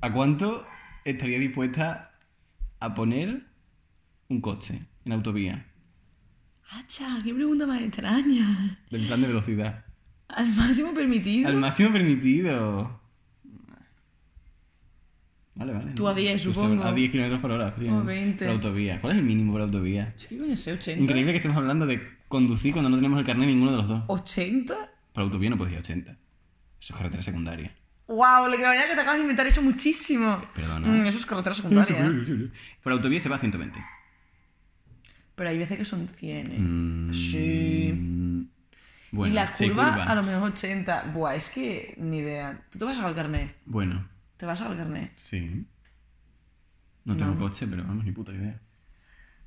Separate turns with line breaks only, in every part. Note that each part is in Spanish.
¿A cuánto estaría dispuesta a poner un coche en autovía?
¡Hacha! ¡Qué pregunta más extraña!
Del plan de velocidad.
Al máximo permitido.
Al máximo permitido. Vale, vale.
Tú a 10,
Tú
supongo. Oh,
A 10 kilómetros por hora. sí.
O 20.
Por autovía. ¿Cuál es el mínimo por autovía?
Yo, ¿Qué coño sé? ¿80?
Increíble que estemos hablando de conducir cuando no tenemos el carnet ninguno de los dos.
¿80?
Por autovía no puedes ir a 80. Eso es carretera secundaria.
¡Wow! La verdad que te acabas de inventar eso muchísimo.
Eh, Perdona.
Mm, eso es carretera secundaria.
Por autovía se va a 120.
Pero hay veces que son 100. ¿eh?
Mm.
Sí.
Mm. Bueno,
y las
sí,
curvas
curva.
a lo mejor 80. Buah, es que ni idea. Tú te vas al carnet.
Bueno,
Te vas al carnet.
sí. No tengo coche, pero vamos, ni puta idea.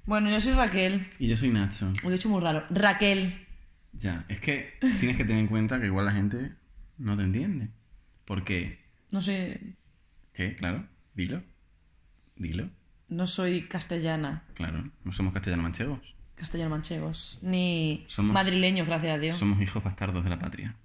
Bueno, yo soy Raquel.
Y yo soy Nacho.
Lo he dicho muy raro. Raquel.
Ya, es que tienes que tener en cuenta que igual la gente no te entiende. Porque,
No sé.
¿qué? Claro, dilo. Dilo,
No soy castellana.
claro. No somos castellanos manchegos.
Castellano manchegos. Ni
Somos-
madrileños, gracias a Dios.
Somos hijos bastardos de la patria.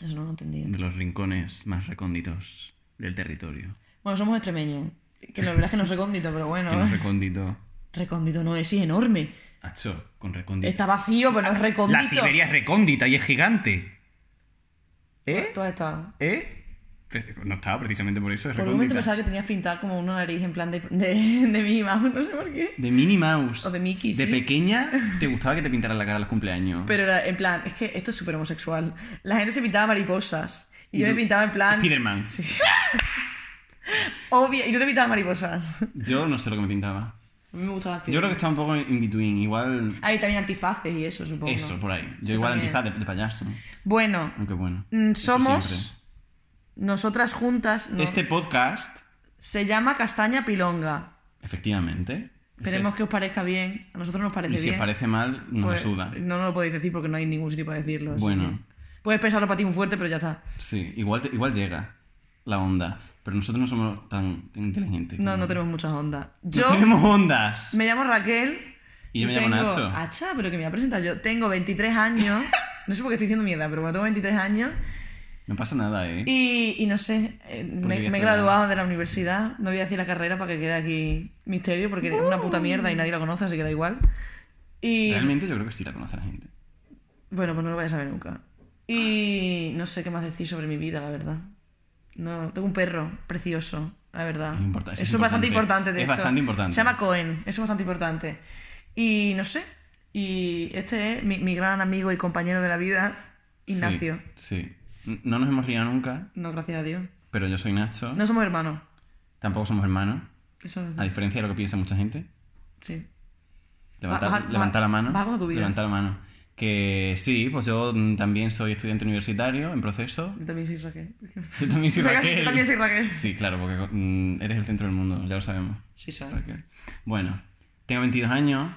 Eso no lo entendí.
De los rincones más recónditos del territorio.
Bueno, somos extremeños. Que la verdad es que no es recóndito, pero bueno.
Que no es recóndito.
Recóndito no es, sí, enorme.
Acho, con recóndito.
Está vacío, pero no es recóndito.
La Siberia es recóndita y es gigante. ¿Eh?
Tú has estado.
¿Eh? Pre- No estaba precisamente por eso, es
Por un momento
recóndita.
pensaba que tenías pintada como una nariz en plan de, de, de Mickey Mouse, no sé por qué.
De Minnie Mouse.
O de Mickey, sí.
pequeña, te gustaba que te pintaran la cara a los cumpleaños.
Pero era en plan, es que esto es súper homosexual. La gente se pintaba mariposas. Y,
Y
yo
tú-
me pintaba en plan.
Spiderman.
Obvio. Y tú te pintabas mariposas.
Yo no sé lo que me pintaba.
A mí me gustaba.
Yo creo que estaba un poco in between. Igual.
Hay también antifaces y eso, supongo.
Eso, por ahí. Yo
Sí,
igual
también.
antifaz de, de payaso.
Bueno,
Aunque bueno.
mm,
eso
somos.
siempre.
Nosotras juntas. ¿no?
Este podcast,
Se llama Castaña Pilonga.
efectivamente. ese
Esperemos
es.
que os parezca bien. A nosotros nos parece
Y si
bien.
os parece mal, nos
Pues,
ayuda.
No nos lo podéis decir porque no hay ningún sitio para decirlo. así
Bueno.
que Puedes pensarlo para ti un fuerte, pero ya está.
Sí, igual, te- igual llega la onda. Pero nosotros no somos tan inteligentes.
No, no tenemos muchas ondas.
No
Yo
tenemos ondas.
me llamo Raquel.
Y yo me llamo
tengo-
Nacho.
Hacha, pero que me voy a presentar yo. Tengo 23 años. No sé por qué estoy diciendo mierda, pero bueno, tengo 23 años.
No pasa nada, ¿eh?
Y, y no sé, eh, me,
ya
me he
está.
graduado de la universidad. No voy a decir la carrera para que quede aquí misterio, porque es una puta mierda y nadie la conoce, así que da igual. Y
Realmente yo creo que sí la conoce la gente.
bueno, pues no lo vais a saber nunca. Y no sé qué más decir sobre mi vida, la verdad. No, tengo un perro precioso, la verdad.
Es importa- eso
eso es
es
bastante
importante.
importante, de
Es
hecho.
bastante importante.
Se llama Cohen, eso es bastante importante. Y no sé, y este es mi, mi gran amigo y compañero de la vida, Ignacio.
Sí. sí. N- No nos hemos liado nunca,
No, gracias a Dios.
pero yo soy Nacho.
No somos hermanos.
Tampoco somos hermanos.
Eso es-
A diferencia de lo que piensa mucha gente.
Sí.
Levanta,
Va- va-
levanta
va-
la mano.
va como tu vida.
Levanta la mano. Que sí, pues yo mm, también soy estudiante universitario en proceso.
Yo también soy Raquel.
Yo también soy
O sea,
Raquel.
yo también soy Raquel.
Sí, claro, porque mm, eres el centro del mundo, ya lo sabemos.
Sí, soy.
Raquel. Bueno, tengo 22 años,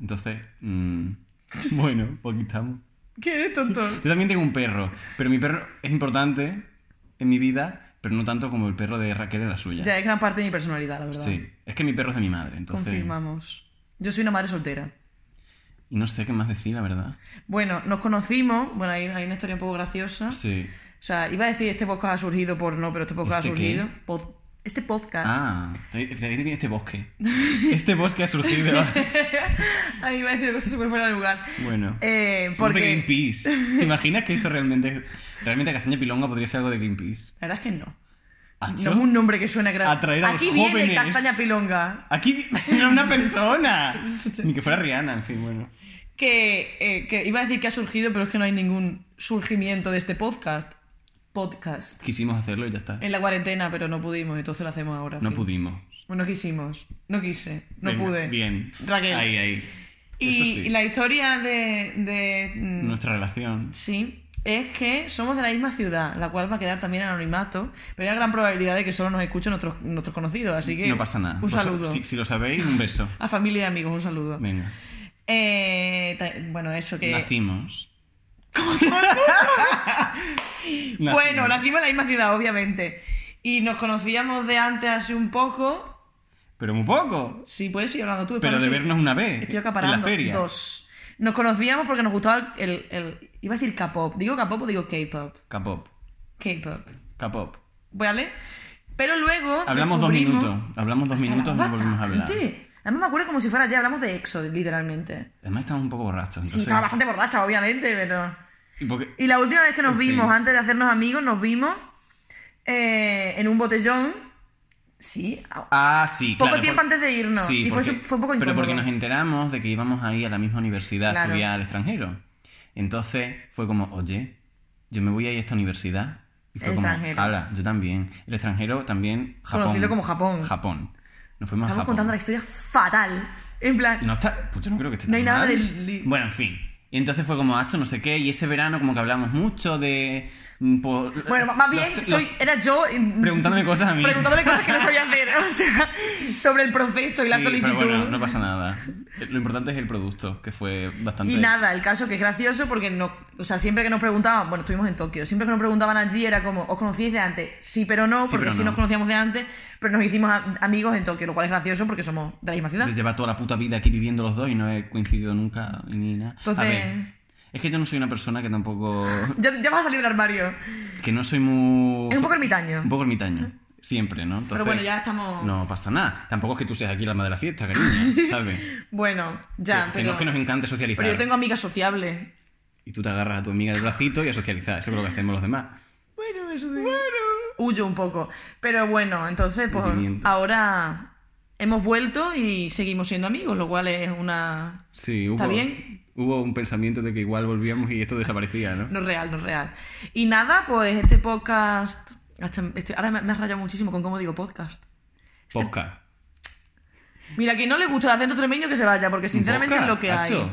entonces... mm, bueno, pues aquí estamos.
¿Qué eres tonto?
Yo también tengo un perro, pero mi perro es importante en mi vida, pero no tanto como el perro de Raquel en la suya.
Ya, es gran parte de mi personalidad, la verdad.
Sí, es que mi perro es de mi madre, entonces...
Confirmamos. Yo soy una madre soltera.
Y no sé qué más decir, la verdad.
Bueno, nos conocimos. Bueno, hay, hay una historia un poco graciosa.
Sí.
O sea, iba a decir este podcast ha surgido por no, pero este podcast ha
¿Este qué?
surgido. Pod- Este podcast.
Ah, también también tiene este bosque. Este bosque ha surgido...
Eh, Ahí iba a decir cosas súper fuera de lugar.
Bueno.
Eh,
Somos de
porque.
Greenpeace. ¿Te imaginas que esto realmente... Realmente Castaña Pilonga podría ser algo de Greenpeace?
La verdad es que no.
¿Acho?
No es un nombre que suena grave.
Atraer a los
Aquí viene
jóvenes.
Castaña Pilonga.
Aquí vi- era una persona. Ni que fuera Rihanna, en fin, bueno.
que, eh, que iba a decir que ha surgido, pero es que no hay ningún surgimiento de este podcast. Podcast.
Quisimos hacerlo y ya está.
En la cuarentena, pero no pudimos, entonces lo hacemos ahora.
No
fin.
pudimos.
Bueno, no quisimos. No quise. No
Venga,
pude.
Bien.
Raquel.
Ahí, ahí.
Y,
Eso sí.
y la historia de. de, mm,
Nuestra relación.
Sí. Es que somos de la misma ciudad, la cual va a quedar también en anonimato, pero hay gran probabilidad de que solo nos escuchen nuestros, nuestros conocidos, así que.
No pasa nada. Pues,
Un
Vos-
saludo.
Si, si lo sabéis, un beso.
A familia y amigos, un saludo.
Venga.
Eh, ta- bueno, eso que.
Nacimos. Nacimos.
Bueno, nacimos en la misma ciudad, obviamente. Y nos conocíamos de antes hace un poco.
Pero muy poco.
Sí, puedes ir hablando tú. es
Pero
para
de
eso-
vernos una vez.
Estoy acaparando.
En la feria.
Dos. Nos conocíamos porque nos gustaba el... el- el- iba a decir K-pop. ¿Digo K-pop o digo K-pop?
K-pop.
K-pop.
K-pop.
¿Vale? Pero luego.
Hablamos dos
Ah, descubrimos-
minutos. Hablamos dos minutos y no
Charlamos
volvimos a hablar.
bastante. Además, me acuerdo como si fuera ya, hablamos de EXO, literalmente.
Además estamos un poco borrachos.
Sí,
Entonces...
estaba bastante borracha, obviamente, pero.
Y porque-
Y la última vez que nos
En
vimos,
fin.
antes de hacernos amigos, nos vimos eh, en un botellón. Sí, a-
Ah, sí,
Poco
claro.
tiempo antes de irnos.
Sí,
Y fue
porque-
su- fue un poco
Pero porque
incómodo.
nos enteramos de que íbamos ahí a la misma universidad a
Claro.
estudiar al extranjero. Entonces fue como, oye, yo me voy a ir a esta universidad. Y fue
El
como,
extranjero.
ala, yo también. El extranjero también, Japón.
Conocido como Japón.
Japón. Nos fuimos
estamos
a Japón.
contando la historia fatal. En plan,
No está, pues yo no creo que esté
No hay
tan
nada
mal.
de li-
Bueno, en fin. Y entonces fue como, hacho, no sé qué. Y ese verano como que hablamos mucho de... mm, por-
Bueno, más
los-
bien,
los-
soy, era yo mm,
Preguntándome cosas a mí.
Preguntándome cosas que no sabía hacer. O sea, sobre el proceso y la
Sí,
solicitud.
Pero bueno, no pasa nada. Lo importante es el producto, que fue bastante.
Y nada, el caso que es gracioso porque no, o sea, siempre que nos preguntaban, bueno, estuvimos en Tokio, siempre que nos preguntaban allí era como, ¿os conocíais de antes? Sí, pero no,
Sí,
porque
pero
sí
no.
nos conocíamos de antes, pero nos hicimos a- amigos en Tokio, lo cual es gracioso porque somos de la misma ciudad.
Les Lleva toda la puta vida aquí viviendo los dos y no he coincidido nunca ni nada.
Entonces-
A ver, es que yo no soy una persona que tampoco.
Ya, ya vas a salir del armario.
que no soy muy.
Es un poco ermitaño.
Un poco ermitaño. Siempre, ¿no? Entonces,
Pero bueno, ya estamos.
No pasa nada. Tampoco es que tú seas aquí el alma de la fiesta, cariño, ¿sabes?
Bueno,
que,
ya,
que
pero,
no es que nos encante socializar.
pero yo tengo amigas sociables.
Y tú te agarras a tu amiga del bracito y a socializar. Eso es lo que hacemos los demás.
Bueno, eso de... Bueno. Huyo un poco. Pero bueno, entonces, pues
Sentimiento.
ahora hemos vuelto y seguimos siendo amigos, lo cual es una...
Sí, hubo.
¿Está bien?
Hubo un pensamiento de que igual volvíamos y esto desaparecía, ¿no?
No es real, no es real. Y nada, pues este podcast... hasta- estoy- ahora me, me has rayado muchísimo con cómo digo podcast.
Podcast.
Mira, que no le gusta el acento tremeño que se vaya, porque sinceramente es lo que hay.
Hacho.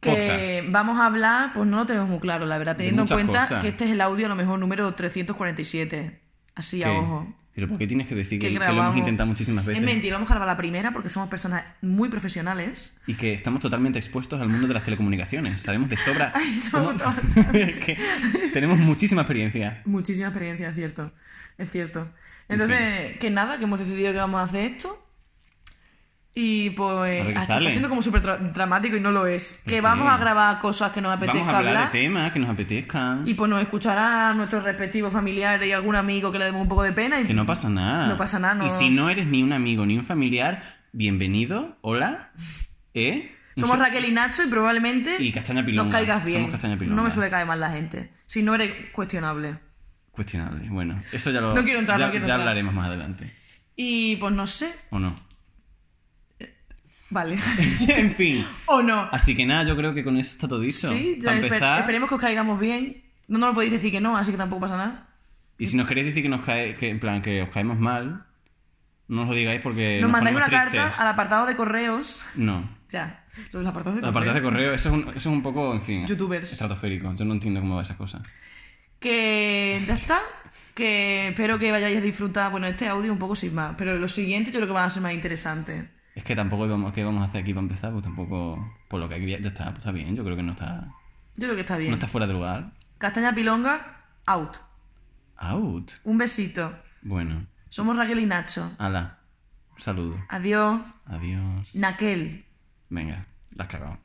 Que
Podcast.
vamos a hablar, pues no lo tenemos muy claro, la verdad, teniendo en
muchas
cuenta
cosas.
que este es el audio a lo mejor número 347. Así
¿Qué?
a ojo.
Pero ¿por qué tienes que decir que,
que
que lo
grabamos.
hemos intentado muchísimas veces?
Es mentira, vamos a grabar la primera porque somos personas muy profesionales.
Y que estamos totalmente expuestos al mundo de las telecomunicaciones. Sabemos de sobra.
Ay, somos
cómo- Es que tenemos muchísima experiencia.
Muchísima experiencia, es cierto. Es cierto. Entonces, que nada, que hemos decidido que vamos a hacer esto. Y pues.
A ver qué
ah,
sale.
Está siendo como súper tra- dramático y no lo es. Que
qué?
vamos a grabar cosas que nos apetezca
Vamos a hablar, de temas que nos apetezcan.
y pues nos escucharán nuestros respectivos familiares y algún amigo que le demos un poco de pena. Y
Que no pasa nada.
No pasa nada, no.
Y si no eres ni un amigo ni un familiar, bienvenido, hola, ¿eh?
Somos Raquel y Nacho y probablemente
Y Castaña Pilonga.
nos caigas bien.
Somos Castaña Pilonga.
no me suele caer mal la gente. Si no eres cuestionable.
Cuestionable. Bueno, eso ya lo
No quiero entrar,
ya,
no quiero
ya
entrar.
hablaremos más adelante.
Y pues no sé.
¿O no?
Vale.
en fin.
o no.
Así que nada, yo creo que con eso está todo dicho.
Sí, ya
Para
esper-
empezar,
esperemos que os caigamos bien. No nos lo podéis decir que no, así que tampoco pasa nada.
y si nos queréis decir que nos cae, que en plan que os caemos mal, no os lo digáis porque
nos mandáis una
Eh, ponemos
carta
tristes.
al apartado de correos.
No.
Ya, lo del apartado de
La
correos.
parte de correo, eso es, un, eso es un poco, en fin,
Youtubers.
estratosférico. Yo no entiendo cómo va esa cosa.
Que ya está. Que espero que vayáis a disfrutar, bueno, este audio un poco sin más, pero los siguientes yo creo que van a ser más interesantes.
Es que tampoco íbamos, ¿qué vamos a hacer aquí para empezar? Pues tampoco, por lo que aquí ya está, pues está bien, yo creo que no está,
Yo creo que está bien.
no está fuera de lugar.
Castaña Pilonga, out.
Out.
Un besito.
Bueno,
Somos Raquel y Nacho.
ala, un saludo.
Adiós.
Adiós.
Naquel.
Venga, la has cagado.